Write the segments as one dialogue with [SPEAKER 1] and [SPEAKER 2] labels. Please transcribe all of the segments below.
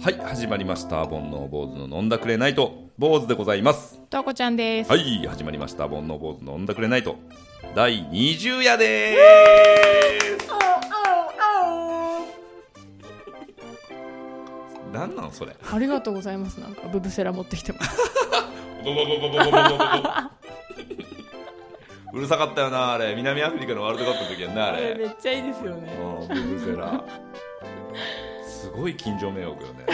[SPEAKER 1] はい始まりました煩悩坊主の飲んだくれないと坊主でございます
[SPEAKER 2] とこちゃんです。
[SPEAKER 1] はい始まりました煩悩坊主の飲んだくれないと第20夜でーす何なんそれ
[SPEAKER 2] ありがとうございます。なんかブブセラ持ってきてます。
[SPEAKER 1] ボボボボボボボボボボうるさかったよなあれ南アフリカのワールドカップの時やんなあれ
[SPEAKER 2] めっちゃいいですよね。
[SPEAKER 1] うんブブゼラすごい近所迷惑よね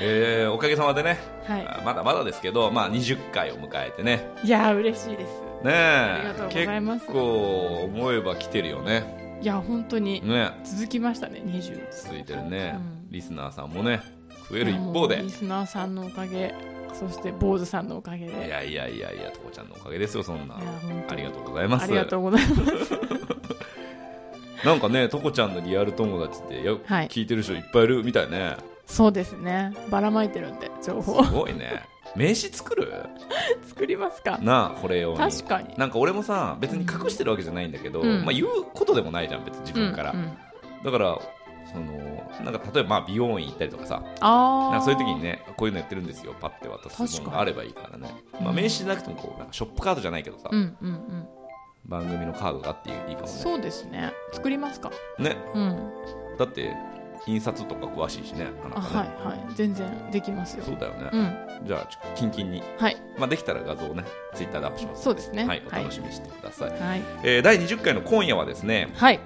[SPEAKER 1] えーおかげさまでね、
[SPEAKER 2] は
[SPEAKER 1] あまだまだですけど、まあ、20回を迎えてね
[SPEAKER 2] い。いやー嬉しいです。
[SPEAKER 1] ね
[SPEAKER 2] ありがとうござい
[SPEAKER 1] 結
[SPEAKER 2] ます
[SPEAKER 1] 構思えば来てるよね
[SPEAKER 2] いや本当に
[SPEAKER 1] ね
[SPEAKER 2] 続きましたね。二十。
[SPEAKER 1] 続いてるね、
[SPEAKER 2] うん
[SPEAKER 1] リスナーさんもね増える一方
[SPEAKER 2] いやもう
[SPEAKER 1] で
[SPEAKER 2] リスナーさんのおかげ、そして坊主さんのおかげで。
[SPEAKER 1] いやいやいやいやとこちゃんのおかげですよそんない
[SPEAKER 2] や本当
[SPEAKER 1] ありがとうございます
[SPEAKER 2] ありがとうございます。
[SPEAKER 1] なんかねとこちゃんのリアル友達ってよく
[SPEAKER 2] はい
[SPEAKER 1] 聞いてる人いっぱいいるみたいね、
[SPEAKER 2] そうですね。ばらまいてるんで情報
[SPEAKER 1] すごいね名刺作る
[SPEAKER 2] 作りますか。
[SPEAKER 1] なあこれ用に
[SPEAKER 2] 確かに。
[SPEAKER 1] なんか俺もさ別に隠してるわけじゃないんだけど、
[SPEAKER 2] うん
[SPEAKER 1] まあ、言うことでもないじゃん別に自分から、
[SPEAKER 2] うんうん
[SPEAKER 1] だからそのなんか例えばまあ美容院行ったりとかさ
[SPEAKER 2] あ
[SPEAKER 1] なん
[SPEAKER 2] あ。
[SPEAKER 1] かそういう時に。ねこういうのやってるんですよパッて渡す
[SPEAKER 2] 確
[SPEAKER 1] もの
[SPEAKER 2] かに
[SPEAKER 1] があればいいからね、ま
[SPEAKER 2] う
[SPEAKER 1] あ、名
[SPEAKER 2] ん
[SPEAKER 1] 刺じゃなくてもこうなんかショップカードじゃないけどさ、
[SPEAKER 2] うんうんうん。
[SPEAKER 1] 番組のカードがあっていいかもね
[SPEAKER 2] そうですね。作りますか。
[SPEAKER 1] ね
[SPEAKER 2] うん。
[SPEAKER 1] だって印刷とか詳しいしねあな
[SPEAKER 2] あ
[SPEAKER 1] た
[SPEAKER 2] は
[SPEAKER 1] ね、
[SPEAKER 2] いはい。全然できますよ。
[SPEAKER 1] そうだよね、
[SPEAKER 2] うん。
[SPEAKER 1] じゃあちょっとキンキンに、
[SPEAKER 2] はい。
[SPEAKER 1] まあ、できたら画像をねツイッターでアップします
[SPEAKER 2] そうですね。
[SPEAKER 1] はい、お楽しみにしてください、
[SPEAKER 2] はい。
[SPEAKER 1] えー第20回の今夜はですね、
[SPEAKER 2] はい。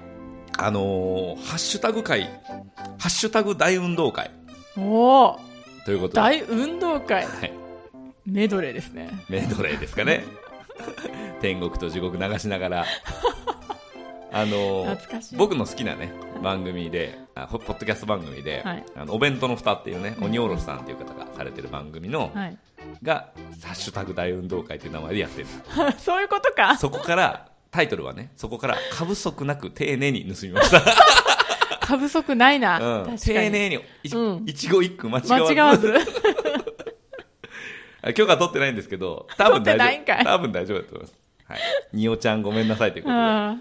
[SPEAKER 1] あのーハッシュタグ会、ハッシュタグ大運動会
[SPEAKER 2] おお、
[SPEAKER 1] ということで、はい、
[SPEAKER 2] 大運動会メドレーですね。
[SPEAKER 1] メドレーですかね。天国と地獄流しながら、あのー
[SPEAKER 2] 懐かしい。
[SPEAKER 1] 僕の好きなね、番組で、あほポッドキャスト番組で、
[SPEAKER 2] はい
[SPEAKER 1] あのお弁当の蓋っていうね、鬼おろしさんっていう方がされてる番組の、
[SPEAKER 2] はい。
[SPEAKER 1] が、ハッシュタグ大運動会っていう名前でやってる。
[SPEAKER 2] そういうことか。
[SPEAKER 1] そこから、タイトルはね、そこから、過不足なく丁寧に盗みました。
[SPEAKER 2] 過不足ないな。
[SPEAKER 1] うん、
[SPEAKER 2] 確か
[SPEAKER 1] 丁
[SPEAKER 2] に。
[SPEAKER 1] 寧に、いち
[SPEAKER 2] うん
[SPEAKER 1] 一語一句間違わず
[SPEAKER 2] 間違わず。
[SPEAKER 1] あ許可取ってないんですけど、多分大
[SPEAKER 2] 取ってない
[SPEAKER 1] 丈
[SPEAKER 2] んか
[SPEAKER 1] 夫。
[SPEAKER 2] い
[SPEAKER 1] 多分大丈夫だと思います。はい。におちゃんごめんなさいということで。
[SPEAKER 2] あ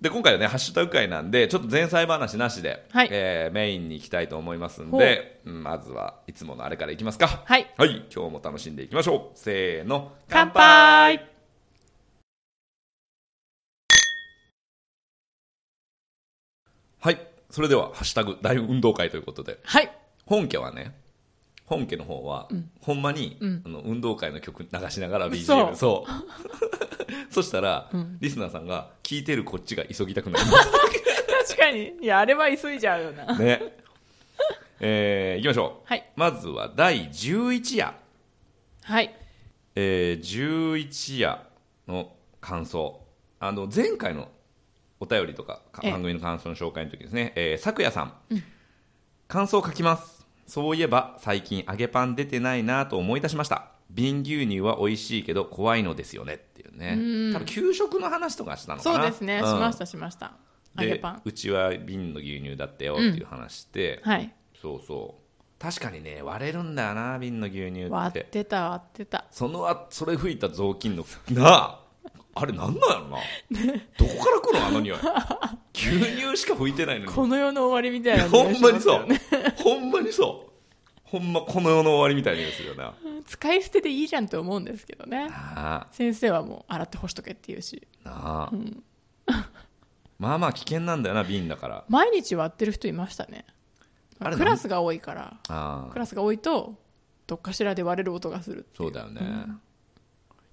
[SPEAKER 1] で、今回はね、ハッシュタグ会なんで、ちょっと前菜話なしで、
[SPEAKER 2] はい
[SPEAKER 1] えーメインに行きたいと思いますんで、うんまずはいつものあれからいきますか。
[SPEAKER 2] はい。
[SPEAKER 1] はい。今日も楽しんでいきましょう。せーの。
[SPEAKER 2] 乾杯
[SPEAKER 1] はい。それでは、ハッシュタグ大運動会ということで、
[SPEAKER 2] はい。
[SPEAKER 1] 本家はね、本家の方は、ほんまに、
[SPEAKER 2] うん
[SPEAKER 1] あの運動会の曲流しながら BGM
[SPEAKER 2] そう
[SPEAKER 1] そう そしたら、
[SPEAKER 2] うん
[SPEAKER 1] リスナーさんが聞いてるこっちが急ぎたくなります
[SPEAKER 2] 確かに。いや、あれは急いじゃうよな。
[SPEAKER 1] ね。 えー、いきましょう。
[SPEAKER 2] はい。
[SPEAKER 1] まずは第11夜。
[SPEAKER 2] はい。
[SPEAKER 1] えー、11夜の感想。あの、前回のお便りとか、か
[SPEAKER 2] ええ
[SPEAKER 1] 番組の感想の紹介の時ですね。えー、さくやさん。感想を書きます。そういえば、最近揚げパン出てないなと思い出しました。瓶牛乳は美味しいけど怖いのですよねっていうね。多分給食の話とかしたのか
[SPEAKER 2] そ
[SPEAKER 1] な
[SPEAKER 2] うですね。し
[SPEAKER 1] ん
[SPEAKER 2] ました、しました。揚げ
[SPEAKER 1] で
[SPEAKER 2] パン。
[SPEAKER 1] うちは瓶の牛乳だったよっていう話して、
[SPEAKER 2] はい。
[SPEAKER 1] そうそう確かにね割れるんだよな瓶の牛乳っ
[SPEAKER 2] 割っててた、割ってた。
[SPEAKER 1] そのあそれ吹いた雑巾のなああれなんなんやろなどこから来るのあの匂い牛乳しか吹いてないのに
[SPEAKER 2] この世の終わりみたいな匂
[SPEAKER 1] ほ
[SPEAKER 2] い
[SPEAKER 1] ん
[SPEAKER 2] し
[SPEAKER 1] ま
[SPEAKER 2] ま
[SPEAKER 1] に
[SPEAKER 2] すよ
[SPEAKER 1] そう
[SPEAKER 2] ね。
[SPEAKER 1] ほんまにそうほんまこの世の終わりみたいな匂いするよな
[SPEAKER 2] 使い捨てでいいじゃんと思うんですけどね。
[SPEAKER 1] なあ
[SPEAKER 2] 先生はもう洗って干しとけって言うし。
[SPEAKER 1] なあ、まあまあ危険なんだよな瓶だから
[SPEAKER 2] 毎日割ってる人いましたね
[SPEAKER 1] あれ
[SPEAKER 2] クラスが多いから
[SPEAKER 1] ああ
[SPEAKER 2] クラスが多いとどっかしらで割れる音がする
[SPEAKER 1] そうだよね、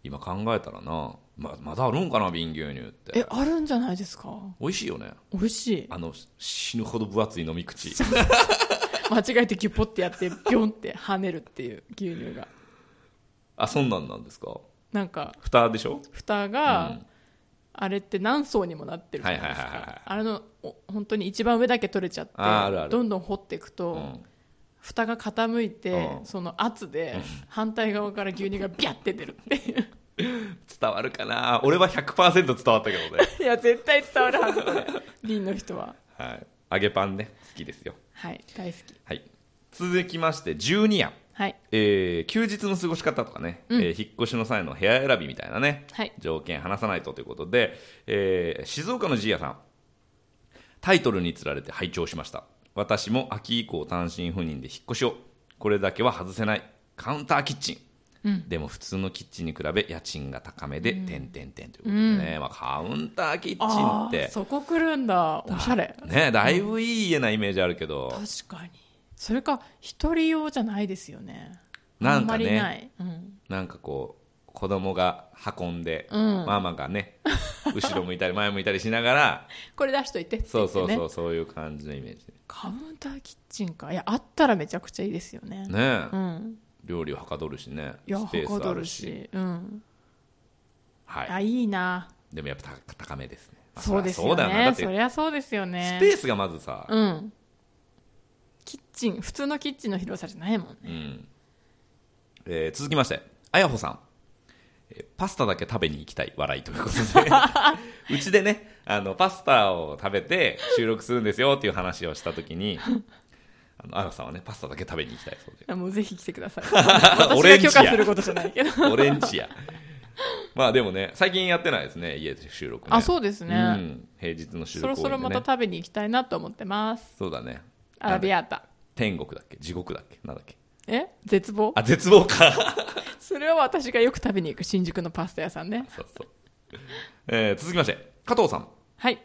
[SPEAKER 1] 今考えたらなままだあるんかな瓶牛乳って
[SPEAKER 2] えあるんじゃないですか
[SPEAKER 1] 美味しいよね
[SPEAKER 2] 美味しい
[SPEAKER 1] あの死ぬほど分厚い飲み口
[SPEAKER 2] 間違えてギュポってやってビョンって跳ねるっていう牛乳が
[SPEAKER 1] あそんなんなんですか
[SPEAKER 2] なんか
[SPEAKER 1] 蓋でしょ
[SPEAKER 2] 蓋が、あれって何層にもなってるじゃないです
[SPEAKER 1] はいはいはいはい
[SPEAKER 2] かあれのお本当に一番上だけ取れちゃって
[SPEAKER 1] あーあるある
[SPEAKER 2] どんどん掘っていくと、
[SPEAKER 1] うん
[SPEAKER 2] 蓋が傾いて、
[SPEAKER 1] うん
[SPEAKER 2] その圧で反対側から牛乳がビャって出るっていう
[SPEAKER 1] 伝わるかな俺は100%伝わったけどね、
[SPEAKER 2] いや絶対伝わるはずこ れ瓶の人は
[SPEAKER 1] はい、揚げパンね好きですよ、
[SPEAKER 2] はい大好き
[SPEAKER 1] はい、続きまして12夜、
[SPEAKER 2] はい
[SPEAKER 1] えー休日の過ごし方とかね、
[SPEAKER 2] うん
[SPEAKER 1] えー引っ越しの際の部屋選びみたいなね、
[SPEAKER 2] はい
[SPEAKER 1] 条件話さないとということで、えー静岡のじいやさんタイトルにつられて拝聴しました私も秋以降単身赴任で引っ越しをこれだけは外せないカウンターキッチン、でも普通のキッチンに比べ家賃が高めで、点点点ということでね、まあ、カウンターキッチン
[SPEAKER 2] あ
[SPEAKER 1] っ
[SPEAKER 2] ー
[SPEAKER 1] て
[SPEAKER 2] そこ来るんだおしゃれ
[SPEAKER 1] ねだいぶいい家なイメージあるけど、
[SPEAKER 2] 確かにそれか一人用じゃないですよね
[SPEAKER 1] な
[SPEAKER 2] あ
[SPEAKER 1] ん
[SPEAKER 2] ん
[SPEAKER 1] か
[SPEAKER 2] まりな
[SPEAKER 1] ね
[SPEAKER 2] い、うん、
[SPEAKER 1] なんかこう子供が運んで、
[SPEAKER 2] うん
[SPEAKER 1] ママが ね後ろ向いたり前向いたりしながら
[SPEAKER 2] これ出しといてって
[SPEAKER 1] そ
[SPEAKER 2] 言
[SPEAKER 1] う
[SPEAKER 2] って、ね、
[SPEAKER 1] そうそうそういう感じのイメージ
[SPEAKER 2] カウンターキッチンかいやあったらめちゃくちゃいいですよね
[SPEAKER 1] ねえ、
[SPEAKER 2] うん
[SPEAKER 1] 料理をはかどるしね
[SPEAKER 2] いや
[SPEAKER 1] ス
[SPEAKER 2] は
[SPEAKER 1] ペース
[SPEAKER 2] か
[SPEAKER 1] あ
[SPEAKER 2] ど
[SPEAKER 1] る
[SPEAKER 2] る
[SPEAKER 1] し
[SPEAKER 2] し、うん、
[SPEAKER 1] はい、
[SPEAKER 2] あいいな
[SPEAKER 1] でもやっぱ高高めですね、まあ
[SPEAKER 2] そうです
[SPEAKER 1] そ
[SPEAKER 2] よ
[SPEAKER 1] りゃそうだよなだ
[SPEAKER 2] ね
[SPEAKER 1] って
[SPEAKER 2] そりゃそうですよ
[SPEAKER 1] ス
[SPEAKER 2] ね
[SPEAKER 1] ペースがまずさ、
[SPEAKER 2] うんキッチン普通のキッチンの広さじゃないもんね
[SPEAKER 1] うんえー続きましてあやほさん、えーパスタだけ食べに行きたい笑いということ でうちでねあのパスタを食べて収録するんですよっていう話をした時にあのあやほさんはねパスタだけ食べに行きたいそうで
[SPEAKER 2] もうぜひ来てくだ さい
[SPEAKER 1] オ
[SPEAKER 2] 私
[SPEAKER 1] レ
[SPEAKER 2] が
[SPEAKER 1] ンジや
[SPEAKER 2] 許可することじゃないけど
[SPEAKER 1] オレンジ やまあでもね最近やってないですね家で収録ね
[SPEAKER 2] あそうですね、
[SPEAKER 1] うん、平日の収
[SPEAKER 2] そ
[SPEAKER 1] 録
[SPEAKER 2] ろ
[SPEAKER 1] 多いんでね
[SPEAKER 2] そろまた食べに行きたいなと思ってます
[SPEAKER 1] そうだね
[SPEAKER 2] アラビアータ
[SPEAKER 1] 天国だっけ地獄だっけなんだっけ
[SPEAKER 2] え絶望
[SPEAKER 1] あ絶望 か
[SPEAKER 2] それは私がよく食べに行く新宿のパスタ屋さんね
[SPEAKER 1] そうそう、えー続きまして加藤さん
[SPEAKER 2] はい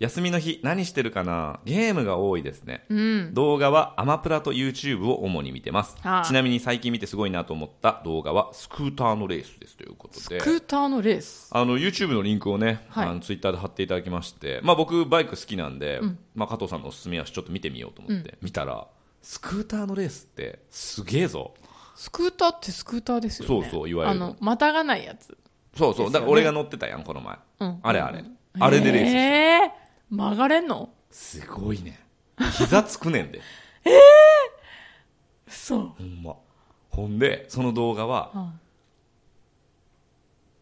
[SPEAKER 1] 休みの日何してるかなゲームが多いですね、
[SPEAKER 2] うん
[SPEAKER 1] 動画はアマプラと YouTube を主に見てます、
[SPEAKER 2] はあ
[SPEAKER 1] ちなみに最近見てすごいなと思った動画はスクーターのレースですということ
[SPEAKER 2] スク
[SPEAKER 1] で
[SPEAKER 2] ーターのレース
[SPEAKER 1] あの YouTube のリンクをね、
[SPEAKER 2] はい
[SPEAKER 1] あの Twitter で貼っていただきまして、まあ、僕バイク好きなんで、まあ、加藤さんのおすすめやしちょっと見てみようと思って、見たらスクーターのレースってすげえぞ
[SPEAKER 2] スクーターってスクーターですよね
[SPEAKER 1] そうそういわゆる
[SPEAKER 2] あのまたがないやつ、
[SPEAKER 1] そうそう、
[SPEAKER 2] ですよね
[SPEAKER 1] だから俺が乗ってたやんこの前、
[SPEAKER 2] うん
[SPEAKER 1] あれあれ、あれでレースして
[SPEAKER 2] えー、曲がれんの
[SPEAKER 1] すごいね膝つくねんで
[SPEAKER 2] そう、
[SPEAKER 1] ほんまほんでその動画は、
[SPEAKER 2] うん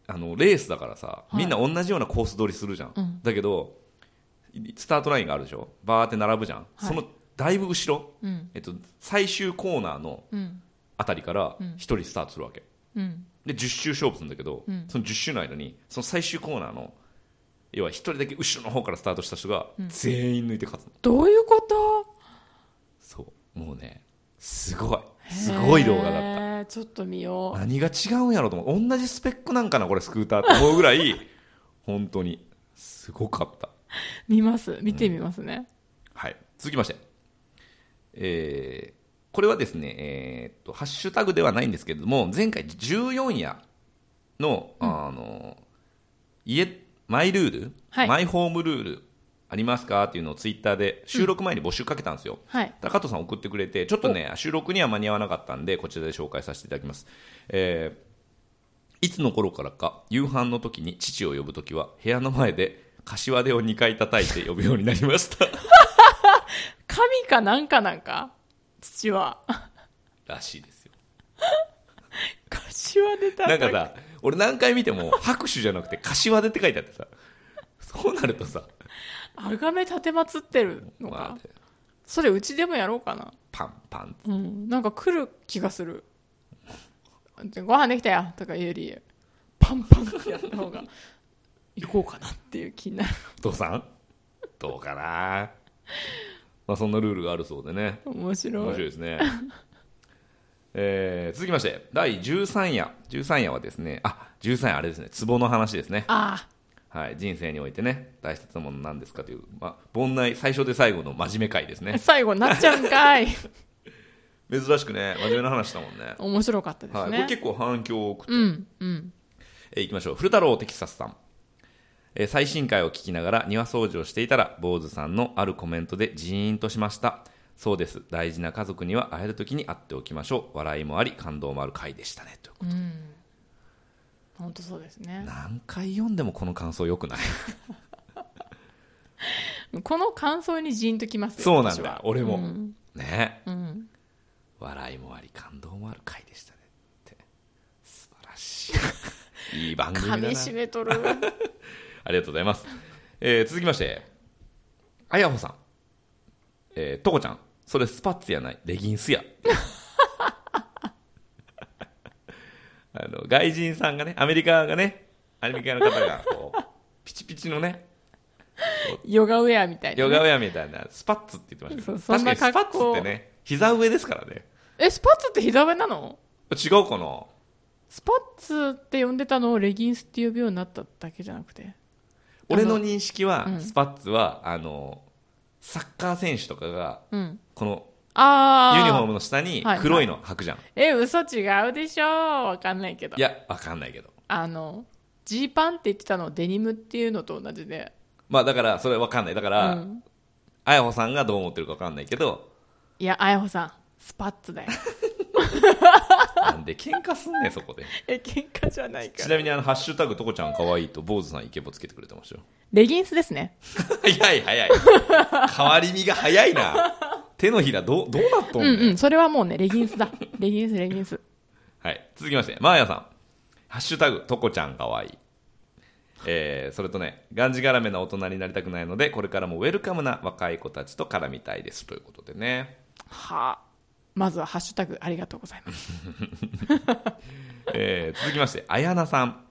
[SPEAKER 1] あのレースだからさ、
[SPEAKER 2] い
[SPEAKER 1] みんな同じようなコース取りするじゃん、
[SPEAKER 2] うん
[SPEAKER 1] だけどいスタートラインがあるでしょバーって並ぶじゃん、
[SPEAKER 2] はい
[SPEAKER 1] そのだいぶ後ろ、
[SPEAKER 2] うん
[SPEAKER 1] えっと、最終コーナーの
[SPEAKER 2] うん
[SPEAKER 1] あたりから1人スタートするわけ、
[SPEAKER 2] うん
[SPEAKER 1] で10周勝負するんだけど、
[SPEAKER 2] うん
[SPEAKER 1] その10周の間にその最終コーナーの要は1人だけ後ろの方からスタートした人が全員抜いて勝つの、
[SPEAKER 2] どういうこと
[SPEAKER 1] そうもうねすごいすごい動画だった
[SPEAKER 2] ったちょっと見よう
[SPEAKER 1] 何が違うんやろうと思う同じスペックなんかなこれスクーターって思うぐらい 本当にすごかった
[SPEAKER 2] 見ます見てみますね、
[SPEAKER 1] はい続きましてえーこれはですねえーっとハッシュタグではないんですけれども前回14夜のあの家マイルール、
[SPEAKER 2] はい
[SPEAKER 1] マイホームルールありますかっていうのをツイッターで収録前に募集かけたんですよ、
[SPEAKER 2] はい
[SPEAKER 1] だから加藤さん送ってくれて、ちょっとね、収録には間に合わなかったんで、こちらで紹介させていただきます。えーいつの頃からか、夕飯の時に父を呼ぶ時は、部屋の前で、柏手を2回叩いて呼ぶようになりました。
[SPEAKER 2] 神かなんかなんか父は
[SPEAKER 1] らしいですよ。
[SPEAKER 2] 柏出た
[SPEAKER 1] なんかさ、俺何回見ても、拍手じゃなくて、柏手って書いてあってさ、そうなるとさ、
[SPEAKER 2] あがめ立てまつってるのか、
[SPEAKER 1] まあ
[SPEAKER 2] それうちでもやろうかな
[SPEAKER 1] パンパン、
[SPEAKER 2] うんなんか来る気がするでご飯できたよとか言うよりパンパンってやった方が行こうかなっていう気になる
[SPEAKER 1] お父さん、どうかなまあそんなルールがあるそうでね。
[SPEAKER 2] 面白い
[SPEAKER 1] 面白いですね、 えー続きまして第13夜13夜はですねあ13夜あれですね壺の話ですね、
[SPEAKER 2] あ
[SPEAKER 1] はい、人生においてね大切なものなんですかという、まあ、煩悩最初で最後の真面目回です
[SPEAKER 2] あ
[SPEAKER 1] ね
[SPEAKER 2] 最後になっちゃうんかい
[SPEAKER 1] 珍しくね真面目な話だもんね
[SPEAKER 2] 面白かったですね、
[SPEAKER 1] はい、これ結構反響多くて、
[SPEAKER 2] うんうん
[SPEAKER 1] えーいきましょう古太郎テキサスさん、えー最新回を聞きながら庭掃除をしていたら坊主さんのあるコメントでジーンとしましたそうです大事な家族には会える時に会っておきましょう笑いもあり感動もある回でしたねという
[SPEAKER 2] うん本当そうですね
[SPEAKER 1] 何回読んでもこの感想よくない
[SPEAKER 2] この感想にジーンときますよ
[SPEAKER 1] そうなん
[SPEAKER 2] 私
[SPEAKER 1] だ
[SPEAKER 2] は
[SPEAKER 1] 俺も、
[SPEAKER 2] うん
[SPEAKER 1] ね
[SPEAKER 2] うん
[SPEAKER 1] 笑いもあり感動もある回でしたねって素晴らし いいい番組だ
[SPEAKER 2] 噛
[SPEAKER 1] な
[SPEAKER 2] みしめとる
[SPEAKER 1] ありがとうございます、えー続きましてあやほさんえーとこちゃんそれスパッツやないレギンスや あの外人さんがねアメリカがねアメリカの方がこうピチピチのね
[SPEAKER 2] ヨガウェアみたいな
[SPEAKER 1] ヨ
[SPEAKER 2] ね、
[SPEAKER 1] ガウェアみたいな、スパッツって言ってましたけど、
[SPEAKER 2] そう
[SPEAKER 1] 確
[SPEAKER 2] そん
[SPEAKER 1] か
[SPEAKER 2] な
[SPEAKER 1] にスパッ
[SPEAKER 2] 格
[SPEAKER 1] ツ
[SPEAKER 2] 好
[SPEAKER 1] ってね、膝上ですからね。
[SPEAKER 2] えスパッツって膝上なの
[SPEAKER 1] 違うかな
[SPEAKER 2] スパッツって呼んでたのをレギンスって呼ぶようになっただけじゃなくて
[SPEAKER 1] 俺の認識は
[SPEAKER 2] う、ん
[SPEAKER 1] スパッツは、あの、サッカー選手とかが、
[SPEAKER 2] うん
[SPEAKER 1] この
[SPEAKER 2] ああ
[SPEAKER 1] ユニフォームの下に
[SPEAKER 2] はい
[SPEAKER 1] 黒いの履くじゃん。
[SPEAKER 2] え嘘違うでしょわかんないけど
[SPEAKER 1] いや、わかんないけど。
[SPEAKER 2] あのジーパンって言ってたのデニムっていうのと同じで
[SPEAKER 1] まあだから、それわかんない。だから、
[SPEAKER 2] うん、
[SPEAKER 1] あやほさんがどう思ってるかわかんないけど、
[SPEAKER 2] いやあやほさんスパッツだよ
[SPEAKER 1] なんで喧嘩すんねん、そこで。
[SPEAKER 2] え喧嘩じゃないか
[SPEAKER 1] ちな
[SPEAKER 2] ら
[SPEAKER 1] みに、あの、ハッシュタグ、とこちゃんかわいいと、坊主さんイケボつけてくれてましたよ。
[SPEAKER 2] レギンスですね
[SPEAKER 1] 早い早い。変わり身が早いな。手のひら、どう、どうなっとん
[SPEAKER 2] う
[SPEAKER 1] ねん。
[SPEAKER 2] んうんそれはもうねレギンスだ レギンスレギンス
[SPEAKER 1] はい。続きまして、マーヤさん。ハッシュタグ、とこちゃんかわいい。えー、それとね、がんじがらめな大人になりたくないので、これからもウェルカムな若い子たちと絡みたいです。ということでね。
[SPEAKER 2] はあまずは「ハッシュタグありがとうございます
[SPEAKER 1] えー続きまして、あやなさん。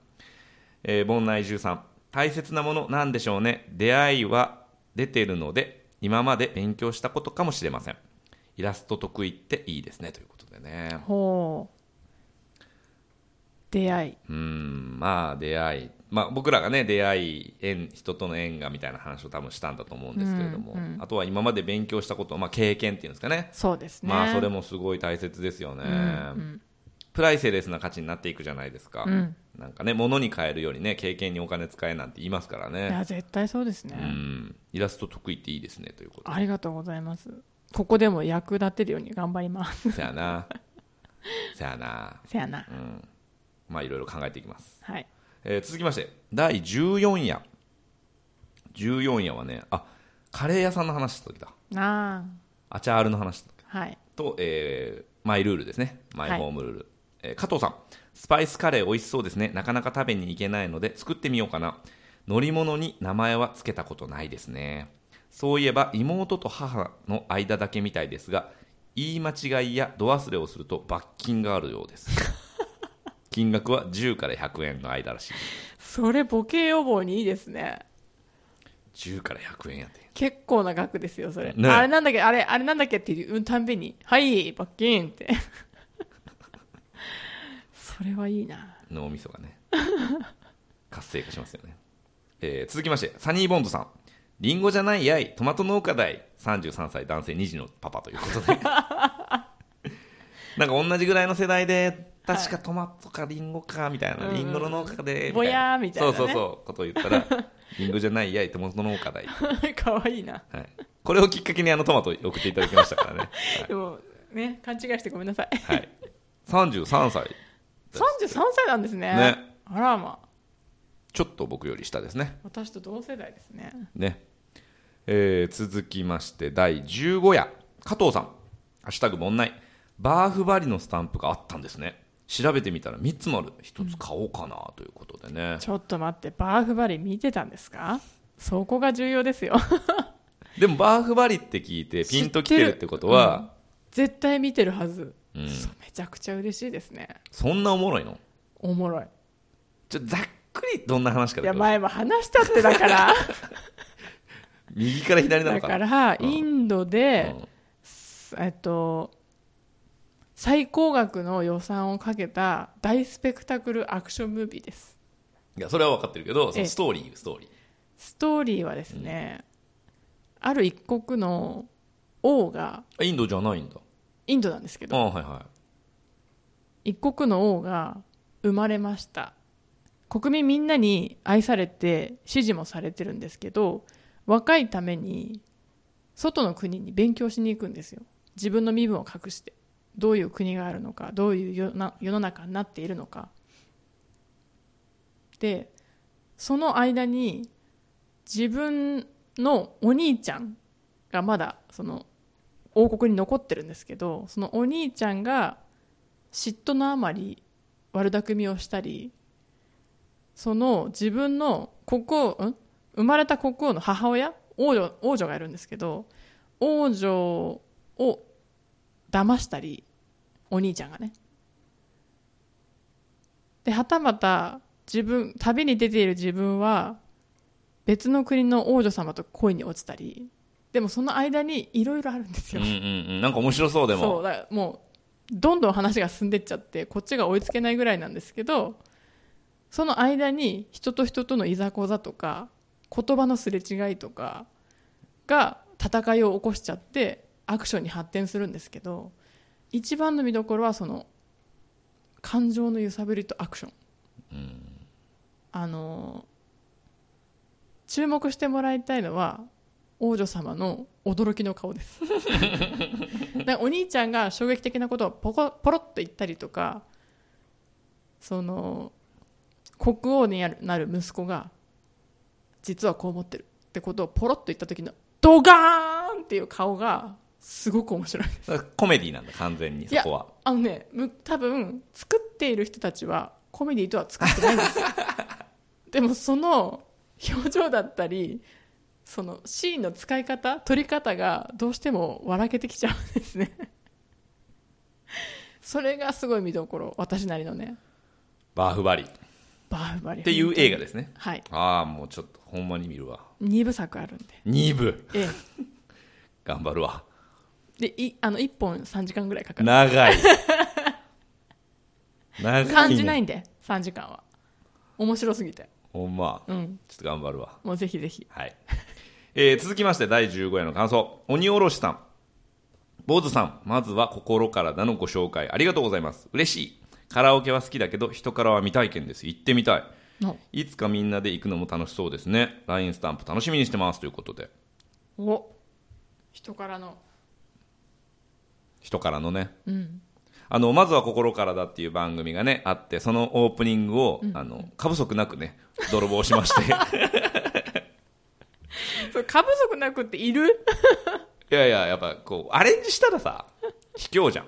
[SPEAKER 1] えー、盆内中さん。大切なものなんでしょうね。出会いは出てるので、今まで勉強したことかもしれません。イラスト得意っていいですね。ということでね」。
[SPEAKER 2] ほう出会いう
[SPEAKER 1] ーんまあ出会い、まあ、僕らがね出会い縁人との縁がみたいな話を多分したんだと思うんですけれども、
[SPEAKER 2] うん
[SPEAKER 1] あとは今まで勉強したこと、まあ、経験っていうんですかね
[SPEAKER 2] そうですね
[SPEAKER 1] まあそれ
[SPEAKER 2] も
[SPEAKER 1] もすごい大切ですよね、
[SPEAKER 2] うん
[SPEAKER 1] プライセレスな価値になっていくじゃないですか、
[SPEAKER 2] うん
[SPEAKER 1] なんかね物に変えるよりね経験にお金使えなんて言いますから
[SPEAKER 2] いや
[SPEAKER 1] ね
[SPEAKER 2] 絶対そうです
[SPEAKER 1] う
[SPEAKER 2] ね、
[SPEAKER 1] んイラスト得意っていいですねということ
[SPEAKER 2] ありがとうございますここでも役立てるように頑張ります
[SPEAKER 1] でせやなせやな
[SPEAKER 2] せやな
[SPEAKER 1] うんまあいろいろ考えていきます
[SPEAKER 2] はい
[SPEAKER 1] えー続きまして第14夜14夜はねあカレー屋さんの話した時だ
[SPEAKER 2] あ
[SPEAKER 1] アチャールの話した時
[SPEAKER 2] あはい
[SPEAKER 1] と、えーマイルールですねマ
[SPEAKER 2] は
[SPEAKER 1] イ
[SPEAKER 2] い
[SPEAKER 1] ホームルール、えー加藤さんスパイスカレー美味しそうですねなかなか食べに行けないので作ってみようかな乗り物に名前は付けたことないですねそういえば妹と母の間だけみたいですが言い間違いや度忘れをすると罰金があるようです 金額は10から100円の間らしい
[SPEAKER 2] それボケ予防にいいですね
[SPEAKER 1] 10から100円やて
[SPEAKER 2] 結構な額ですよそれ、
[SPEAKER 1] ね
[SPEAKER 2] あれなんだっけあれあれなんだっけって言うたんびに「はい罰金」って それはいいな
[SPEAKER 1] 脳みそがね 活性化しますよね、えー続きましてサニーボンドさんリンゴじゃないやいトマト農家だい33歳男性2児のパパということで なんか同じぐらいの世代で確かトマトかリンゴかみたいな、
[SPEAKER 2] うんうん
[SPEAKER 1] リンゴの農家で
[SPEAKER 2] ぼやーみたいなね
[SPEAKER 1] そうそうそうことを言ったら リンゴじゃないやいトマト農家だい、
[SPEAKER 2] かわいいな
[SPEAKER 1] はい、これをきっかけにあのトマトを送っていただきましたからね、
[SPEAKER 2] でもね勘違いしてごめんなさい
[SPEAKER 1] はいはい、33歳
[SPEAKER 2] 33歳なんですね
[SPEAKER 1] ね
[SPEAKER 2] あらまあ
[SPEAKER 1] ちょっと僕より下ですね
[SPEAKER 2] 私と同世代ですね
[SPEAKER 1] ね、えー続きまして第15夜加藤さん「ハッシュタグ問題バーフバリのスタンプがあったんですね調べてみたら3つもある1つ買おうかなということでね、
[SPEAKER 2] ちょっと待ってバーフバリ見てたんですかそこが重要ですよ
[SPEAKER 1] でもバーフバリって聞いてピンときてるってことは、
[SPEAKER 2] 絶対見てるはず、
[SPEAKER 1] うん
[SPEAKER 2] そうめちゃくちゃ嬉しいですね
[SPEAKER 1] そんなおもろいの
[SPEAKER 2] おもろい
[SPEAKER 1] ちょざっくりどんな話か
[SPEAKER 2] い
[SPEAKER 1] だ
[SPEAKER 2] や
[SPEAKER 1] けど
[SPEAKER 2] 前も話したってだから
[SPEAKER 1] 右から左なの
[SPEAKER 2] だ
[SPEAKER 1] か
[SPEAKER 2] か
[SPEAKER 1] な
[SPEAKER 2] ら
[SPEAKER 1] うん
[SPEAKER 2] インドで、
[SPEAKER 1] うん
[SPEAKER 2] えっと最高額の予算をかけた大スペクタクルアクションムービーです
[SPEAKER 1] いやそれは分かってるけどそのストーリーストーリ
[SPEAKER 2] ストーリーはですね、ある一国の王が
[SPEAKER 1] ーインドじゃないんだ
[SPEAKER 2] インドなんですけ
[SPEAKER 1] あ
[SPEAKER 2] ど
[SPEAKER 1] あはいは
[SPEAKER 2] 一国の王が生まれました国民みんなに愛されて支持もされてるんですけど若いために外の国に勉強しに行くんですよ自分の身分を隠してどういう国があるのかどういう世な世の中になっているのかでその間に自分のお兄ちゃんがまだその王国に残ってるんですけどそのお兄ちゃんが嫉妬のあまり悪巧みをしたりその自分の国王ん生まれた国王の母親王女王女がいるんですけど王女を騙したりお兄ちゃんがねではたまた自分旅に出ている自分は別の国の王女様と恋に落ちたりでもその間にいろいろあるんです
[SPEAKER 1] うん
[SPEAKER 2] よ、
[SPEAKER 1] うんうんなんか面白そうで
[SPEAKER 2] そう
[SPEAKER 1] も
[SPEAKER 2] だからもうどんどん話が進んでっちゃってこっちが追いつけないぐらいなんですけどその間に人と人とのいざこざとか言葉のすれ違いとかが戦いを起こしちゃってアクションに発展するんですけど一番の見どころはその感情の揺さぶりとアクション、あの注目してもらいたいのは王女様の驚きの顔ですなんかお兄ちゃんが衝撃的なことをポコポロッと言ったりとかその国王になるなる息子が実はこう思ってるってことをポロッと言った時のドガーンっていう顔がすごく面白い
[SPEAKER 1] だからコメディなんだ完全に
[SPEAKER 2] い
[SPEAKER 1] そ
[SPEAKER 2] や
[SPEAKER 1] こは
[SPEAKER 2] あのねむ多分作っている人たちはコメディとは作ってないんですよ でもその表情だったりそのシーンの使い方撮り方がどうしても笑けてきちゃうんですねそれがすごい見どころ私なりのね
[SPEAKER 1] バーフバリっ
[SPEAKER 2] バーフバリって
[SPEAKER 1] いう映画ですね
[SPEAKER 2] はい
[SPEAKER 1] ああもうちょっとほんまに見るわ
[SPEAKER 2] 2部作あるんで
[SPEAKER 1] 2部
[SPEAKER 2] ええ
[SPEAKER 1] 頑張るわ
[SPEAKER 2] でいあの1本3時間ぐらいかかる
[SPEAKER 1] 長い長い、ね、
[SPEAKER 2] 感じないんで3時間は面白すぎて
[SPEAKER 1] ほんま
[SPEAKER 2] うん
[SPEAKER 1] ちょっと頑張るわ
[SPEAKER 2] もうぜひぜひ
[SPEAKER 1] はい、えー続きまして第15夜の感想鬼おろしさん坊主さんまずは心からなのご紹介ありがとうございます嬉しいカラオケは好きだけど人からは未体験です行ってみたい
[SPEAKER 2] の
[SPEAKER 1] いつかみんなで行くのも楽しそうですね LINE スタンプ楽しみにしてますということで
[SPEAKER 2] お人からの
[SPEAKER 1] 人からのね
[SPEAKER 2] うん
[SPEAKER 1] あのまずは心からだっていう番組がねあってそのオープニングを、あの過不足なくね泥棒しまして
[SPEAKER 2] それ過不足なくっている
[SPEAKER 1] いやいややっぱこうアレンジしたらさ卑怯じゃん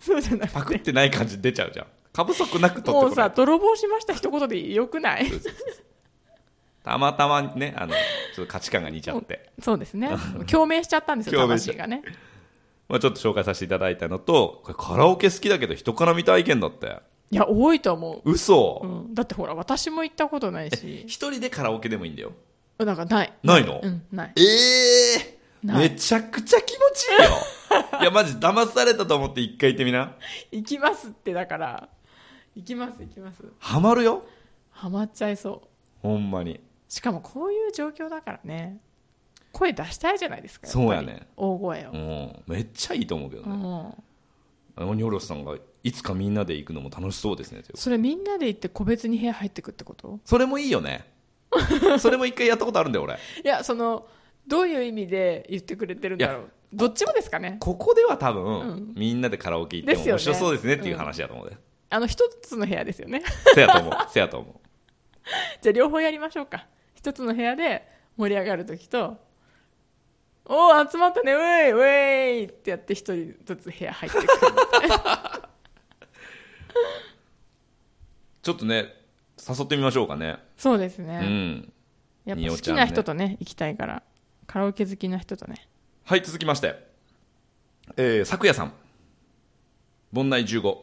[SPEAKER 2] そうじゃな
[SPEAKER 1] パ
[SPEAKER 2] く
[SPEAKER 1] クっててない感じ出ちゃうじゃん過不足なく撮ってこ
[SPEAKER 2] も
[SPEAKER 1] な
[SPEAKER 2] う
[SPEAKER 1] い
[SPEAKER 2] さ泥棒しました一言でよくない
[SPEAKER 1] そうそうそうそうたまたまねあのちょっと価値観が似ちゃって、
[SPEAKER 2] そうですね共鳴しちゃったんですよ
[SPEAKER 1] 共鳴しちゃ
[SPEAKER 2] 魂
[SPEAKER 1] う
[SPEAKER 2] がね
[SPEAKER 1] まあ、ちょっと紹介させていただいたのとこれカラオケ好きだけど人から見た意見だって
[SPEAKER 2] いや多いと思
[SPEAKER 1] 嘘、
[SPEAKER 2] う、うん、だってほら私も行ったことないし
[SPEAKER 1] 一人でカラオケでもいいんだよ
[SPEAKER 2] なんかない
[SPEAKER 1] ないの、
[SPEAKER 2] うんない
[SPEAKER 1] ええー、
[SPEAKER 2] な
[SPEAKER 1] め
[SPEAKER 2] い
[SPEAKER 1] ちゃくちゃ気持ちいい よいやマジ騙されたと思って一回行ってみな
[SPEAKER 2] 行きますってだから行きます行きます
[SPEAKER 1] ハマるよ
[SPEAKER 2] ハマっちゃいそう
[SPEAKER 1] ほんまに
[SPEAKER 2] しかもこういう状況だからね声出したいじゃないですかっぱり
[SPEAKER 1] そうやね
[SPEAKER 2] 大声を
[SPEAKER 1] う、んめっちゃいいと思うけど
[SPEAKER 2] う
[SPEAKER 1] ね、
[SPEAKER 2] ん、
[SPEAKER 1] 鬼おろしさんがいつかみんなで行くのも楽しそうですねという
[SPEAKER 2] それみんなで行って個別に部屋入ってくってこと
[SPEAKER 1] それもいいよねそれも一回やったことあるんだよ俺
[SPEAKER 2] いやそのどういう意味で言ってくれてるんだろうどっちもですかね
[SPEAKER 1] ここでは多分、
[SPEAKER 2] うん
[SPEAKER 1] みんなでカラオケ行っても
[SPEAKER 2] ですよ
[SPEAKER 1] 面
[SPEAKER 2] ね
[SPEAKER 1] 白そうですねっていう話だと思うね、
[SPEAKER 2] あの一つの部屋ですよね
[SPEAKER 1] せやと思うせやと思う
[SPEAKER 2] じゃあ両方やりましょうか一つの部屋で盛り上がる時とおお集まったねウェイウェイってやって一人ずつ部屋入ってく る
[SPEAKER 1] ちょっとね誘ってみましょうかね
[SPEAKER 2] そうです
[SPEAKER 1] う
[SPEAKER 2] ね、
[SPEAKER 1] ん
[SPEAKER 2] やっ
[SPEAKER 1] に
[SPEAKER 2] ぱ
[SPEAKER 1] お
[SPEAKER 2] 好
[SPEAKER 1] ちゃ
[SPEAKER 2] き
[SPEAKER 1] んね
[SPEAKER 2] な人とね行きたいからカラオケ好きな人とね
[SPEAKER 1] はい続きましてえー、昨夜さん盆内15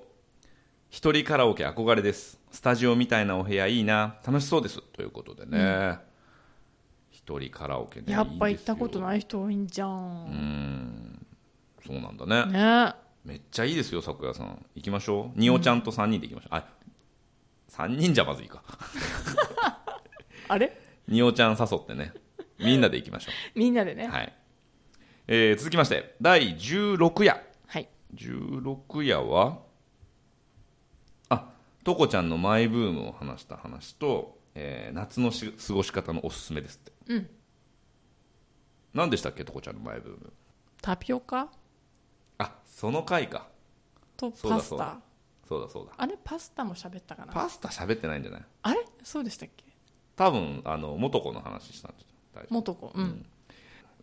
[SPEAKER 1] 一人カラオケ憧れですスタジオみたいなお部屋いいな楽しそうですということでね一、人カラオケね
[SPEAKER 2] やっぱ行ったこと
[SPEAKER 1] い
[SPEAKER 2] ない人多いんじ
[SPEAKER 1] です
[SPEAKER 2] ゃ、
[SPEAKER 1] ようんんそうなんだね
[SPEAKER 2] ね
[SPEAKER 1] めっちゃいいですよ、昨夜さん。行きましょう。におちゃんと3人で行きましょう。あ、3人じゃまずいか。
[SPEAKER 2] あれ
[SPEAKER 1] におちゃん誘ってね。みんなで行きましょ
[SPEAKER 2] みんなで
[SPEAKER 1] う。
[SPEAKER 2] ねはい、
[SPEAKER 1] はい。えー続きまして、第16夜。16夜は、あ、とこちゃんのマイブームを話した話と、えー夏のし過ごし方のおすすめですって。
[SPEAKER 2] うん
[SPEAKER 1] 何でしたっけ、とこちゃんのマイブーム。
[SPEAKER 2] タピオカ
[SPEAKER 1] あ、その回か。
[SPEAKER 2] と
[SPEAKER 1] そうだ
[SPEAKER 2] パス
[SPEAKER 1] そうだ
[SPEAKER 2] タ
[SPEAKER 1] そうだそうだ。
[SPEAKER 2] あれパスタも喋ったかな
[SPEAKER 1] パスタ喋ってないんじゃない
[SPEAKER 2] あれそうでしたっけ
[SPEAKER 1] 多分、あの、元子の話したんじゃない
[SPEAKER 2] 元子うん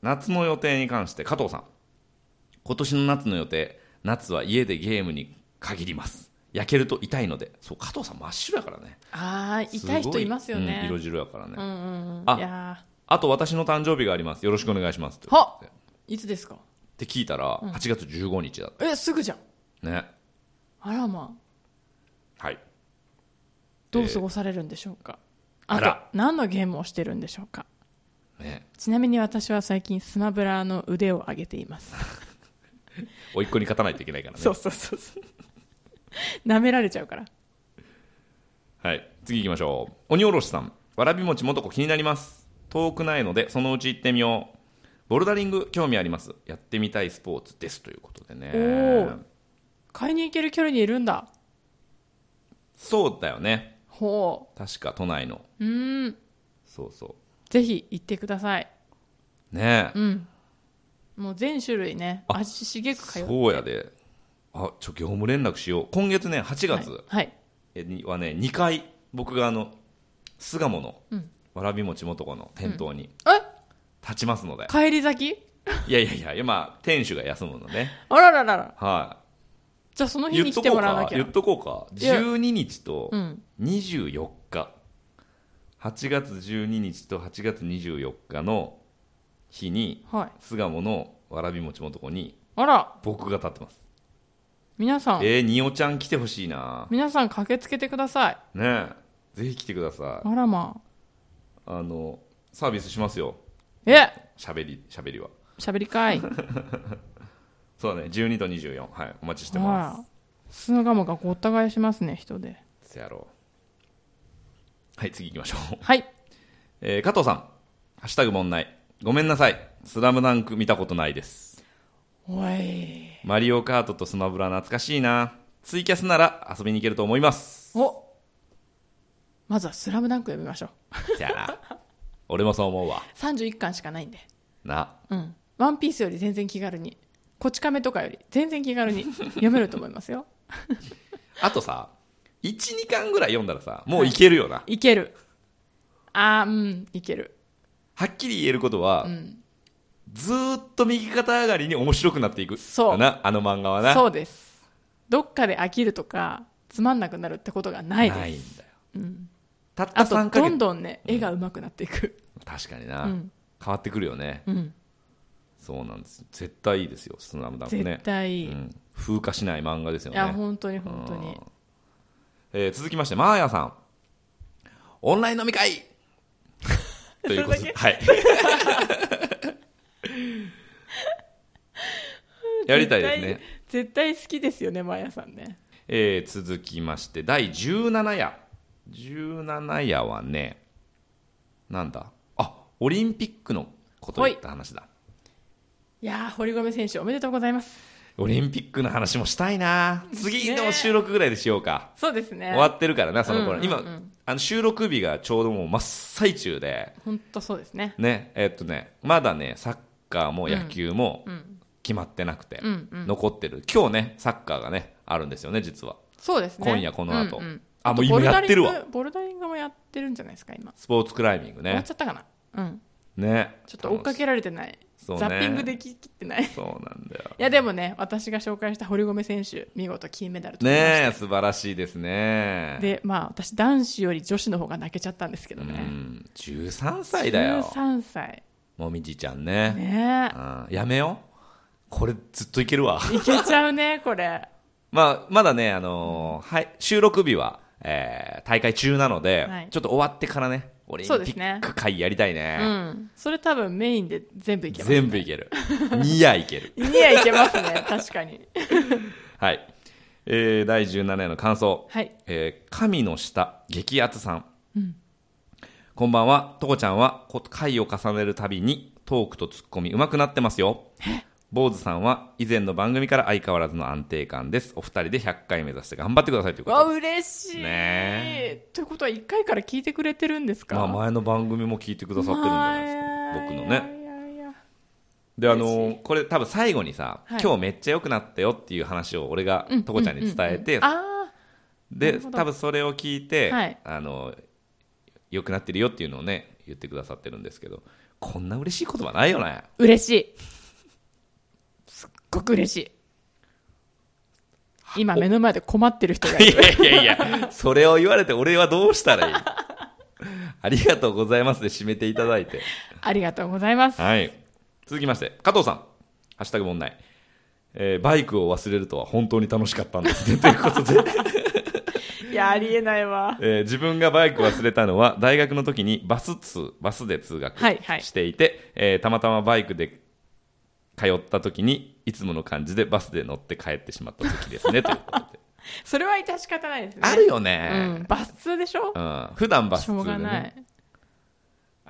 [SPEAKER 1] 夏の予定に関して加藤さん今年の夏の予定夏は家でゲームに限ります焼けると痛いのでそう加藤さん真っ白やからね
[SPEAKER 2] ああ痛い人いますよ
[SPEAKER 1] うん
[SPEAKER 2] ね
[SPEAKER 1] 色白やからね、
[SPEAKER 2] うんうんうん
[SPEAKER 1] あ
[SPEAKER 2] いや
[SPEAKER 1] あと私の誕生日がありますよろしくお願いしますって
[SPEAKER 2] ーはっいつですか
[SPEAKER 1] って聞いたら8月15日だっ
[SPEAKER 2] えすぐじゃん
[SPEAKER 1] たね
[SPEAKER 2] あらまあ
[SPEAKER 1] はい
[SPEAKER 2] どう過ごされるんでしょうか、あ
[SPEAKER 1] あら
[SPEAKER 2] と何のゲームをしてるんでしょうか
[SPEAKER 1] ね
[SPEAKER 2] ちなみに私は最近スマブラの腕を上げています、
[SPEAKER 1] 甥っ子に勝たないといけないからね
[SPEAKER 2] そうそうそうそう舐められちゃうから
[SPEAKER 1] はい、次行きましょう。鬼おろしさん、わらび餅もとこ気になります。遠くないので、そのうち行ってみよう。ボルダリング、興味あります。やってみたいスポーツですということで
[SPEAKER 2] お
[SPEAKER 1] ね
[SPEAKER 2] ー。買いに行ける距離にいるんだ
[SPEAKER 1] そうだよね。
[SPEAKER 2] ほ
[SPEAKER 1] 確か都内の。
[SPEAKER 2] ううーん
[SPEAKER 1] そうそ。
[SPEAKER 2] ぜひ行ってくださいう
[SPEAKER 1] ねえ。
[SPEAKER 2] うんもう全種類ね
[SPEAKER 1] あ
[SPEAKER 2] 足しげく通って
[SPEAKER 1] そうやで。あ、ちょ、業務連絡しよう。今月ね、8
[SPEAKER 2] はい
[SPEAKER 1] 月
[SPEAKER 2] はい
[SPEAKER 1] にはね、2回、僕があの、巣鴨の、わらび餅もとこの店頭に
[SPEAKER 2] え
[SPEAKER 1] 立ちますので。
[SPEAKER 2] 帰り咲き
[SPEAKER 1] いやいやいやいや、まあ、店主が休むので。
[SPEAKER 2] あらららら
[SPEAKER 1] はい。
[SPEAKER 2] じゃあその日
[SPEAKER 1] 言
[SPEAKER 2] に
[SPEAKER 1] っと
[SPEAKER 2] 来て
[SPEAKER 1] こう
[SPEAKER 2] もらわな
[SPEAKER 1] か
[SPEAKER 2] きゃ
[SPEAKER 1] 言っとこうか
[SPEAKER 2] いや
[SPEAKER 1] 12日と
[SPEAKER 2] うん
[SPEAKER 1] 24日、8月12日と8月24日の日に
[SPEAKER 2] はい
[SPEAKER 1] 巣鴨のわらび餅のとこに
[SPEAKER 2] あら
[SPEAKER 1] 僕が立ってます
[SPEAKER 2] 皆さん
[SPEAKER 1] えー、におちゃん来てほしいな
[SPEAKER 2] 皆さん駆けつけてください
[SPEAKER 1] ねえぜひ来てください
[SPEAKER 2] あらま
[SPEAKER 1] あのサービスしますよ
[SPEAKER 2] あえ
[SPEAKER 1] しゃべりしゃべりは
[SPEAKER 2] 喋り かい
[SPEAKER 1] そうだね12と24はいお待ちしてま
[SPEAKER 2] あら巣鴨がごった返しますね人です
[SPEAKER 1] せやろうはい次行きましょう
[SPEAKER 2] はい
[SPEAKER 1] えー加藤さん、ハッシュタグ問題。ごめんなさい。スラムダンク見たことないです。
[SPEAKER 2] おい
[SPEAKER 1] マリオカートとスマブラ懐かしいな。ツイキャスなら遊びに行けると思います。
[SPEAKER 2] おまずは「スラムダンク読みましょう
[SPEAKER 1] じゃあな。 俺もそう思うわ。
[SPEAKER 2] 31巻しかないんで
[SPEAKER 1] な。
[SPEAKER 2] うん「ワンピースより全然気軽に「こち亀」とかより全然気軽 に読めると思いますよ
[SPEAKER 1] あとさ、1、2巻ぐらい読んだらさ、もういけるよな。
[SPEAKER 2] いけるあーうんいける
[SPEAKER 1] はっきり言えることは、
[SPEAKER 2] ん
[SPEAKER 1] ずーっと右肩上がりに面白くなっていく。
[SPEAKER 2] そう
[SPEAKER 1] だな、あの漫画はな。
[SPEAKER 2] そうですどっかで飽きるとかつまんなくなるってことがないです
[SPEAKER 1] ないんだよ。
[SPEAKER 2] うん、
[SPEAKER 1] たった
[SPEAKER 2] あと
[SPEAKER 1] 3ヶ
[SPEAKER 2] ど
[SPEAKER 1] 月
[SPEAKER 2] ん。どんね絵が上手くなっていく
[SPEAKER 1] 確かにな、
[SPEAKER 2] うん
[SPEAKER 1] 変わってくるよね。
[SPEAKER 2] うん
[SPEAKER 1] そうなんです。絶対いいですよ、スラムダンクね。
[SPEAKER 2] 絶対いい、
[SPEAKER 1] う
[SPEAKER 2] い
[SPEAKER 1] ん、風化しない漫画ですよ
[SPEAKER 2] や
[SPEAKER 1] ね、
[SPEAKER 2] 本当に本当に
[SPEAKER 1] えー続きましてマーヤさんオンライン飲み会ということ
[SPEAKER 2] そ
[SPEAKER 1] で
[SPEAKER 2] れだ
[SPEAKER 1] はいやりたいですね、
[SPEAKER 2] 絶対絶対好きですよねマヤさんね
[SPEAKER 1] えー続きまして第17夜17夜はねなんだあオリンピックのことを言った話だ
[SPEAKER 2] いやー堀米選手おめでとうございます
[SPEAKER 1] オリンピックの話もしたいな次の収録ぐらいでしようか
[SPEAKER 2] そうですね
[SPEAKER 1] 終わってるからなその頃、
[SPEAKER 2] うんうんうん
[SPEAKER 1] 今あの収録日がちょうどもう真っ最中で
[SPEAKER 2] 本当そうですね
[SPEAKER 1] ねえっとねまだねサッカーも野球も
[SPEAKER 2] うん
[SPEAKER 1] 決まってなくて、
[SPEAKER 2] うんうん
[SPEAKER 1] 残ってる今日ねサッカーがねあるんですよね実は
[SPEAKER 2] そうですね
[SPEAKER 1] 今夜この後
[SPEAKER 2] うんうん
[SPEAKER 1] あもう
[SPEAKER 2] ボ
[SPEAKER 1] 今
[SPEAKER 2] ル
[SPEAKER 1] や
[SPEAKER 2] ダ
[SPEAKER 1] っ
[SPEAKER 2] リン
[SPEAKER 1] てる
[SPEAKER 2] グ
[SPEAKER 1] わ
[SPEAKER 2] ボルダリングもやってるんじゃないですか今
[SPEAKER 1] スポーツクライミング
[SPEAKER 2] 終わっ
[SPEAKER 1] ね
[SPEAKER 2] ちゃったかなうん
[SPEAKER 1] ね
[SPEAKER 2] ちょっと追っかけられてない
[SPEAKER 1] そうね
[SPEAKER 2] ザッピングでききってない い
[SPEAKER 1] そうなんだよ
[SPEAKER 2] やでもね私が紹介した堀米選手見事金メダル取りました
[SPEAKER 1] ねえ素晴らしいですね
[SPEAKER 2] でまあ私男子より女子の方が泣けちゃったんですけど
[SPEAKER 1] う
[SPEAKER 2] ね
[SPEAKER 1] ん13歳だよ
[SPEAKER 2] 13歳
[SPEAKER 1] もみじちゃんね
[SPEAKER 2] ね
[SPEAKER 1] うん、やめようこれずっといけるわ
[SPEAKER 2] えいけちゃうねこれ
[SPEAKER 1] まあ、まだね、あのーはい、収録日は、えー大会中なので、
[SPEAKER 2] はい
[SPEAKER 1] ちょっと終わってからね、オリンピ
[SPEAKER 2] そうですね
[SPEAKER 1] ック会やりたいね。
[SPEAKER 2] うんそれ多分メインで全部いけます
[SPEAKER 1] 全部いける。2夜 いける。
[SPEAKER 2] いやいけます ね確かに
[SPEAKER 1] はい。えー第17夜の感想。
[SPEAKER 2] はい
[SPEAKER 1] えー神の下、激アツさん。こんばんは、とこちゃんは、こ回を重ねるたびに、トークとツッコミ上手くなってますよ。坊主さんは、以前の番組から相変わらずの安定感です。お二人で100回目指して頑張ってくださいということ
[SPEAKER 2] わ
[SPEAKER 1] で。
[SPEAKER 2] 嬉しい、
[SPEAKER 1] ね
[SPEAKER 2] ということは1回から聞いてくれてるんですか、
[SPEAKER 1] まあ、前の番組も聞いてくださってるんじゃないですか僕のね
[SPEAKER 2] いやいやいや
[SPEAKER 1] であのこれ多分最後にさ、
[SPEAKER 2] はい
[SPEAKER 1] 今日めっちゃ良くなったよっていう話を俺がとこちゃんに伝えて、
[SPEAKER 2] あな
[SPEAKER 1] で
[SPEAKER 2] るほど
[SPEAKER 1] 多分それを聞いて、
[SPEAKER 2] はい
[SPEAKER 1] あの良くなってるよっていうのをね言ってくださってるんですけどこんな嬉しいことはないよね
[SPEAKER 2] ー嬉しいすっごく嬉しい今目の前で困ってる人 がい
[SPEAKER 1] い
[SPEAKER 2] る
[SPEAKER 1] やいやいやそれを言われて俺はどうした らいいありがとうございますで締めていただいて
[SPEAKER 2] ありがとうございます
[SPEAKER 1] はい。続きまして、加藤さん。ハッシュタグ問題。えーバイクを忘れるとは本当に楽しかったんですね。ということで、
[SPEAKER 2] いやありえないわ
[SPEAKER 1] えー自分がバイク忘れたのは大学の時にバス通バスで通学
[SPEAKER 2] はいはい
[SPEAKER 1] していて、えーたまたまバイクで通った時にいつもの感じでバスで乗って帰ってしまった時ですねということで
[SPEAKER 2] それは致し方ないですね
[SPEAKER 1] あるよ
[SPEAKER 2] うん
[SPEAKER 1] ね、
[SPEAKER 2] バス通でしょ
[SPEAKER 1] うん普段バス
[SPEAKER 2] し
[SPEAKER 1] 通
[SPEAKER 2] ょう
[SPEAKER 1] で
[SPEAKER 2] がな
[SPEAKER 1] ね
[SPEAKER 2] い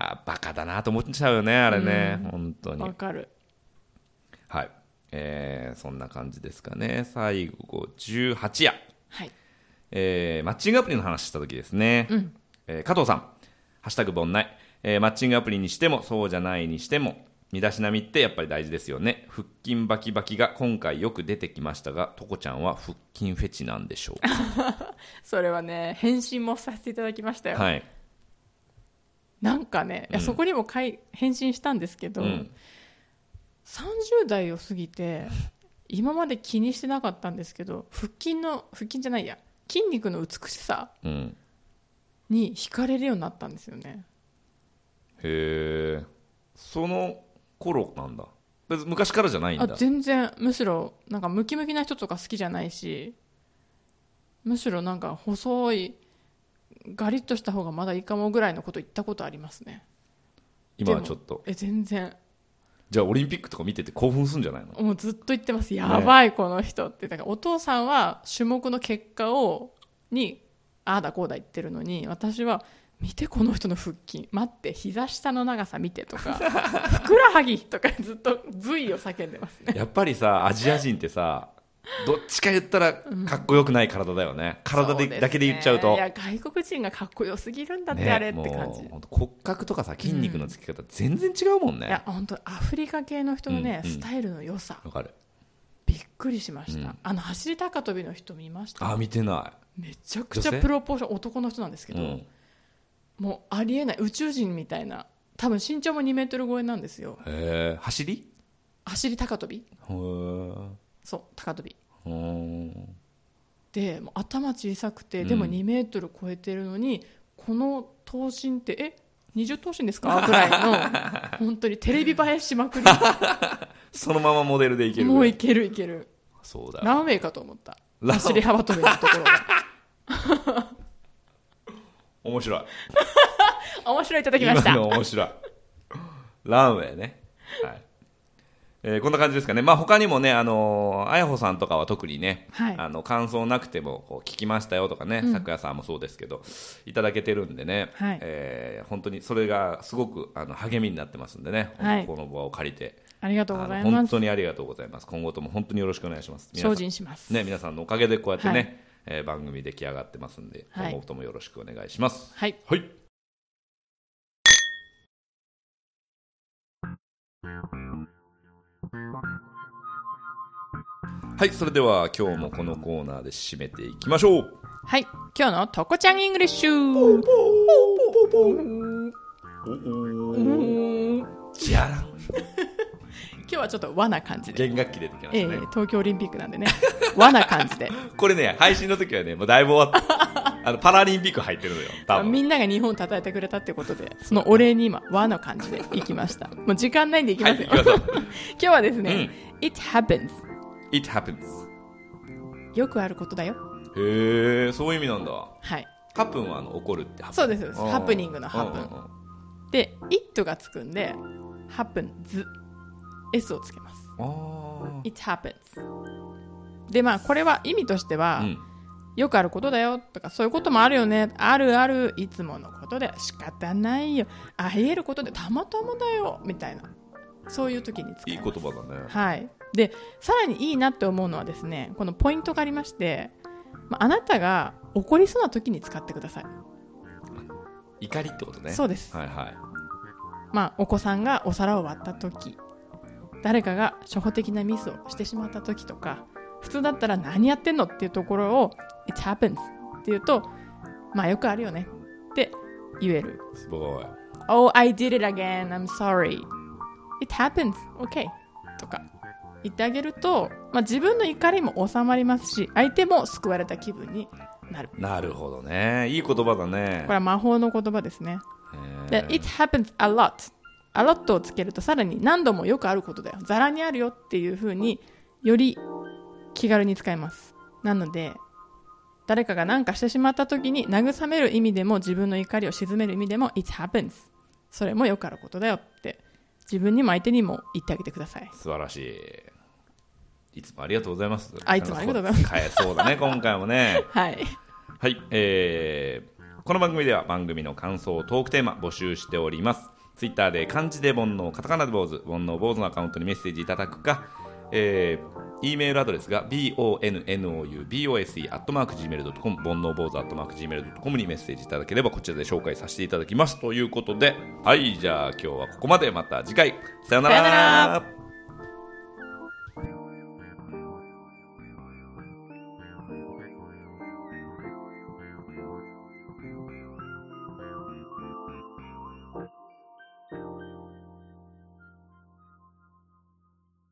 [SPEAKER 1] あバカだなと思っちゃうよねあれね、
[SPEAKER 2] うん
[SPEAKER 1] 本当に
[SPEAKER 2] わかる
[SPEAKER 1] はい、えーそんな感じですかね最後18夜、
[SPEAKER 2] はい
[SPEAKER 1] えーマッチングアプリの話した時ですね、
[SPEAKER 2] うん
[SPEAKER 1] えー加藤さん「ハッシュタグボンナイ」えーマッチングアプリにしてもそうじゃないにしても身だしなみってやっぱり大事ですよね腹筋バキバキが今回よく出てきましたがとこちゃんは腹筋フェチなんでしょうか
[SPEAKER 2] それはね返信もさせていただきましたよ、
[SPEAKER 1] はい、
[SPEAKER 2] なんかね、いや
[SPEAKER 1] うん
[SPEAKER 2] そこにもかい返信したんですけ
[SPEAKER 1] う
[SPEAKER 2] ど、
[SPEAKER 1] ん、
[SPEAKER 2] 30代を過ぎて今まで気にしてなかったんですけど腹筋の腹筋じゃないや筋肉の美しさ
[SPEAKER 1] うん、
[SPEAKER 2] に惹かれるようになったんですよね
[SPEAKER 1] へえその頃なんだ別に昔からじゃないん
[SPEAKER 2] あ
[SPEAKER 1] だ
[SPEAKER 2] 全然むしろなんかムキムキな人とか好きじゃないしむしろなんか細いガリッとした方がまだいいかもぐらいのこと言ったことありますね
[SPEAKER 1] 今はちょっと
[SPEAKER 2] え全然
[SPEAKER 1] じゃあオリンピックとか見てて興奮するんじゃないの
[SPEAKER 2] もうずっと言ってますやばいこの人ってだからお父さんは種目の結果をにああだこうだ言ってるのに私は見てこの人の腹筋待って膝下の長さ見て とかふくらはぎとかずっと髄を叫んでますね
[SPEAKER 1] やっぱりさアジア人ってさどっちか言ったらかっこよくない体だよね、体
[SPEAKER 2] そ
[SPEAKER 1] で
[SPEAKER 2] うすね
[SPEAKER 1] だけで言っちゃうと
[SPEAKER 2] いや外国人がかっこよすぎるんだって、
[SPEAKER 1] ね
[SPEAKER 2] あれって
[SPEAKER 1] も
[SPEAKER 2] 感じ
[SPEAKER 1] う本当骨格とかさ筋肉のつき方全然違うもん
[SPEAKER 2] い
[SPEAKER 1] ね
[SPEAKER 2] や、本当アフリカ系の人のね、
[SPEAKER 1] うんうん
[SPEAKER 2] スタイルの良さ
[SPEAKER 1] わかる
[SPEAKER 2] びっくりしました、
[SPEAKER 1] うん
[SPEAKER 2] あの走り高跳びの人見ました
[SPEAKER 1] あ見てな
[SPEAKER 2] めちゃくち
[SPEAKER 1] 女性
[SPEAKER 2] ゃプロポーション男の人なんです
[SPEAKER 1] い、
[SPEAKER 2] け
[SPEAKER 1] う
[SPEAKER 2] ど、
[SPEAKER 1] ん、
[SPEAKER 2] もうありえない宇宙人みたいな多分身長も2メートル超えなんですよ
[SPEAKER 1] へえ走り
[SPEAKER 2] 走り高跳び
[SPEAKER 1] へー
[SPEAKER 2] そう高跳び
[SPEAKER 1] うーん
[SPEAKER 2] でもう頭小さくてでも
[SPEAKER 1] うん
[SPEAKER 2] 2メートル超えてるのに、この頭身ってえ二重頭身ですかぐら いの本当にテレビ映えしまく
[SPEAKER 1] そのままモデルでいけ
[SPEAKER 2] り
[SPEAKER 1] る
[SPEAKER 2] もういけるいける
[SPEAKER 1] そうだ
[SPEAKER 2] ランウェイかと思った
[SPEAKER 1] ラン
[SPEAKER 2] 走り幅跳びのとこ ろが
[SPEAKER 1] 面白い
[SPEAKER 2] 面白いいただきました
[SPEAKER 1] 今の面白いランウェイね、はいえーこんな感じですかね、まあ、他にもね、あのー、あやほさんとかは特にね、
[SPEAKER 2] はい
[SPEAKER 1] あの感想なくてもこう聞きましたよとかね、さくやさんもそうですけどいただけてるんでね、
[SPEAKER 2] はい
[SPEAKER 1] えー本当にそれがすごくあの励みになってますんでね、
[SPEAKER 2] はい
[SPEAKER 1] この場を借りて
[SPEAKER 2] ありがとうござ
[SPEAKER 1] あ
[SPEAKER 2] い
[SPEAKER 1] の
[SPEAKER 2] ま
[SPEAKER 1] 本
[SPEAKER 2] す
[SPEAKER 1] 当にありがとうございます今後とも本当によろしくお願いします皆さん
[SPEAKER 2] 精進します、
[SPEAKER 1] ね、皆さんのおかげでこうやってね、
[SPEAKER 2] はい
[SPEAKER 1] えー番組出来上がってますんで
[SPEAKER 2] はい
[SPEAKER 1] 今後ともよろしくお願いします。
[SPEAKER 2] はい
[SPEAKER 1] はい。はい、それでは今日もこのコーナーで締めていきましょう。
[SPEAKER 2] はい今日の「とこちゃんイングリッシュ」
[SPEAKER 1] チアラ。
[SPEAKER 2] 今日はちょっと和な感じで
[SPEAKER 1] 弦楽器出てきま
[SPEAKER 2] え
[SPEAKER 1] し
[SPEAKER 2] え
[SPEAKER 1] たね。
[SPEAKER 2] 東京オリンピックなんでね 和な感じで
[SPEAKER 1] これね、配信の時はね、もうだいぶ終わった。あの、パラリンピック入ってるのよ、多分。
[SPEAKER 2] みんなが日本を叩いてくれたってことでそのお礼に今和の感じで行きましたもう時間ないんで行き
[SPEAKER 1] は
[SPEAKER 2] ま
[SPEAKER 1] い、
[SPEAKER 2] す
[SPEAKER 1] 行
[SPEAKER 2] よ、
[SPEAKER 1] きましょう。
[SPEAKER 2] 今日はですね、It happens
[SPEAKER 1] It happens。
[SPEAKER 2] よくあることだよ
[SPEAKER 1] へえ、そういう意味なんだ。
[SPEAKER 2] はい
[SPEAKER 1] ハプンはあの、起こるってハプン。
[SPEAKER 2] そうですそうです
[SPEAKER 1] あー
[SPEAKER 2] ハプニングのハプン
[SPEAKER 1] うんうんうん
[SPEAKER 2] で It がつくんで happens S をつけます
[SPEAKER 1] あ
[SPEAKER 2] It happens でまあこれは意味としては、
[SPEAKER 1] あ、うん、
[SPEAKER 2] よくあることだよとかそういうこともあるよねあるあるいつものことで仕方ないよありえることでたまたまだよみたいなそういう時に使
[SPEAKER 1] いい
[SPEAKER 2] い
[SPEAKER 1] 言
[SPEAKER 2] ます
[SPEAKER 1] 葉だね。
[SPEAKER 2] はいでさらにいいなって思うのはですねこのポイントがありまして、まああなたが怒りそうな時に使ってください、
[SPEAKER 1] 怒りってことね。
[SPEAKER 2] そうです、
[SPEAKER 1] はいはい。
[SPEAKER 2] まあお子さんがお皿を割った時誰かが初歩的なミスをしてしまった時とか普通だったら何やってんのっていうところを「It happens」っていうとまあよくあるよねって言える
[SPEAKER 1] すごい。
[SPEAKER 2] 「Oh I did it again I'm sorry」「It happens OK」とか言ってあげると、まあ、自分の怒りも収まりますし相手も救われた気分になるこ
[SPEAKER 1] なるほどね。いい言葉だね。
[SPEAKER 2] れは魔法の言葉ですね
[SPEAKER 1] へ
[SPEAKER 2] で
[SPEAKER 1] ー、
[SPEAKER 2] It happens a lot. a lot をつけるとさらに何度もよくあることだよ。ざらにあるよっていうふうにより気軽に使えます。なので、誰かが何かしてしまった時に慰める意味でも自分の怒りを鎮める意味でも It happens それもよくあることだよって自分にも相手にも言ってあげてください
[SPEAKER 1] 素晴らしい。いつもありがとうございます。。
[SPEAKER 2] あいつもありがとうございます
[SPEAKER 1] えそう だね、今回もね。
[SPEAKER 2] はい
[SPEAKER 1] はい、えーこの番組では番組の感想、トークテーマ募集しております。ツイッターで漢字で煩悩、カタカナで坊主、煩悩坊主のアカウントにメッセージいただくか、えー、E メールアドレスが bonoubose.gmail.com、煩悩坊主 .gmail.com にメッセージいただければこちらで紹介させていただきます。ということで、はい、じゃあ今日はここまで。また次回、さよう
[SPEAKER 2] さよなら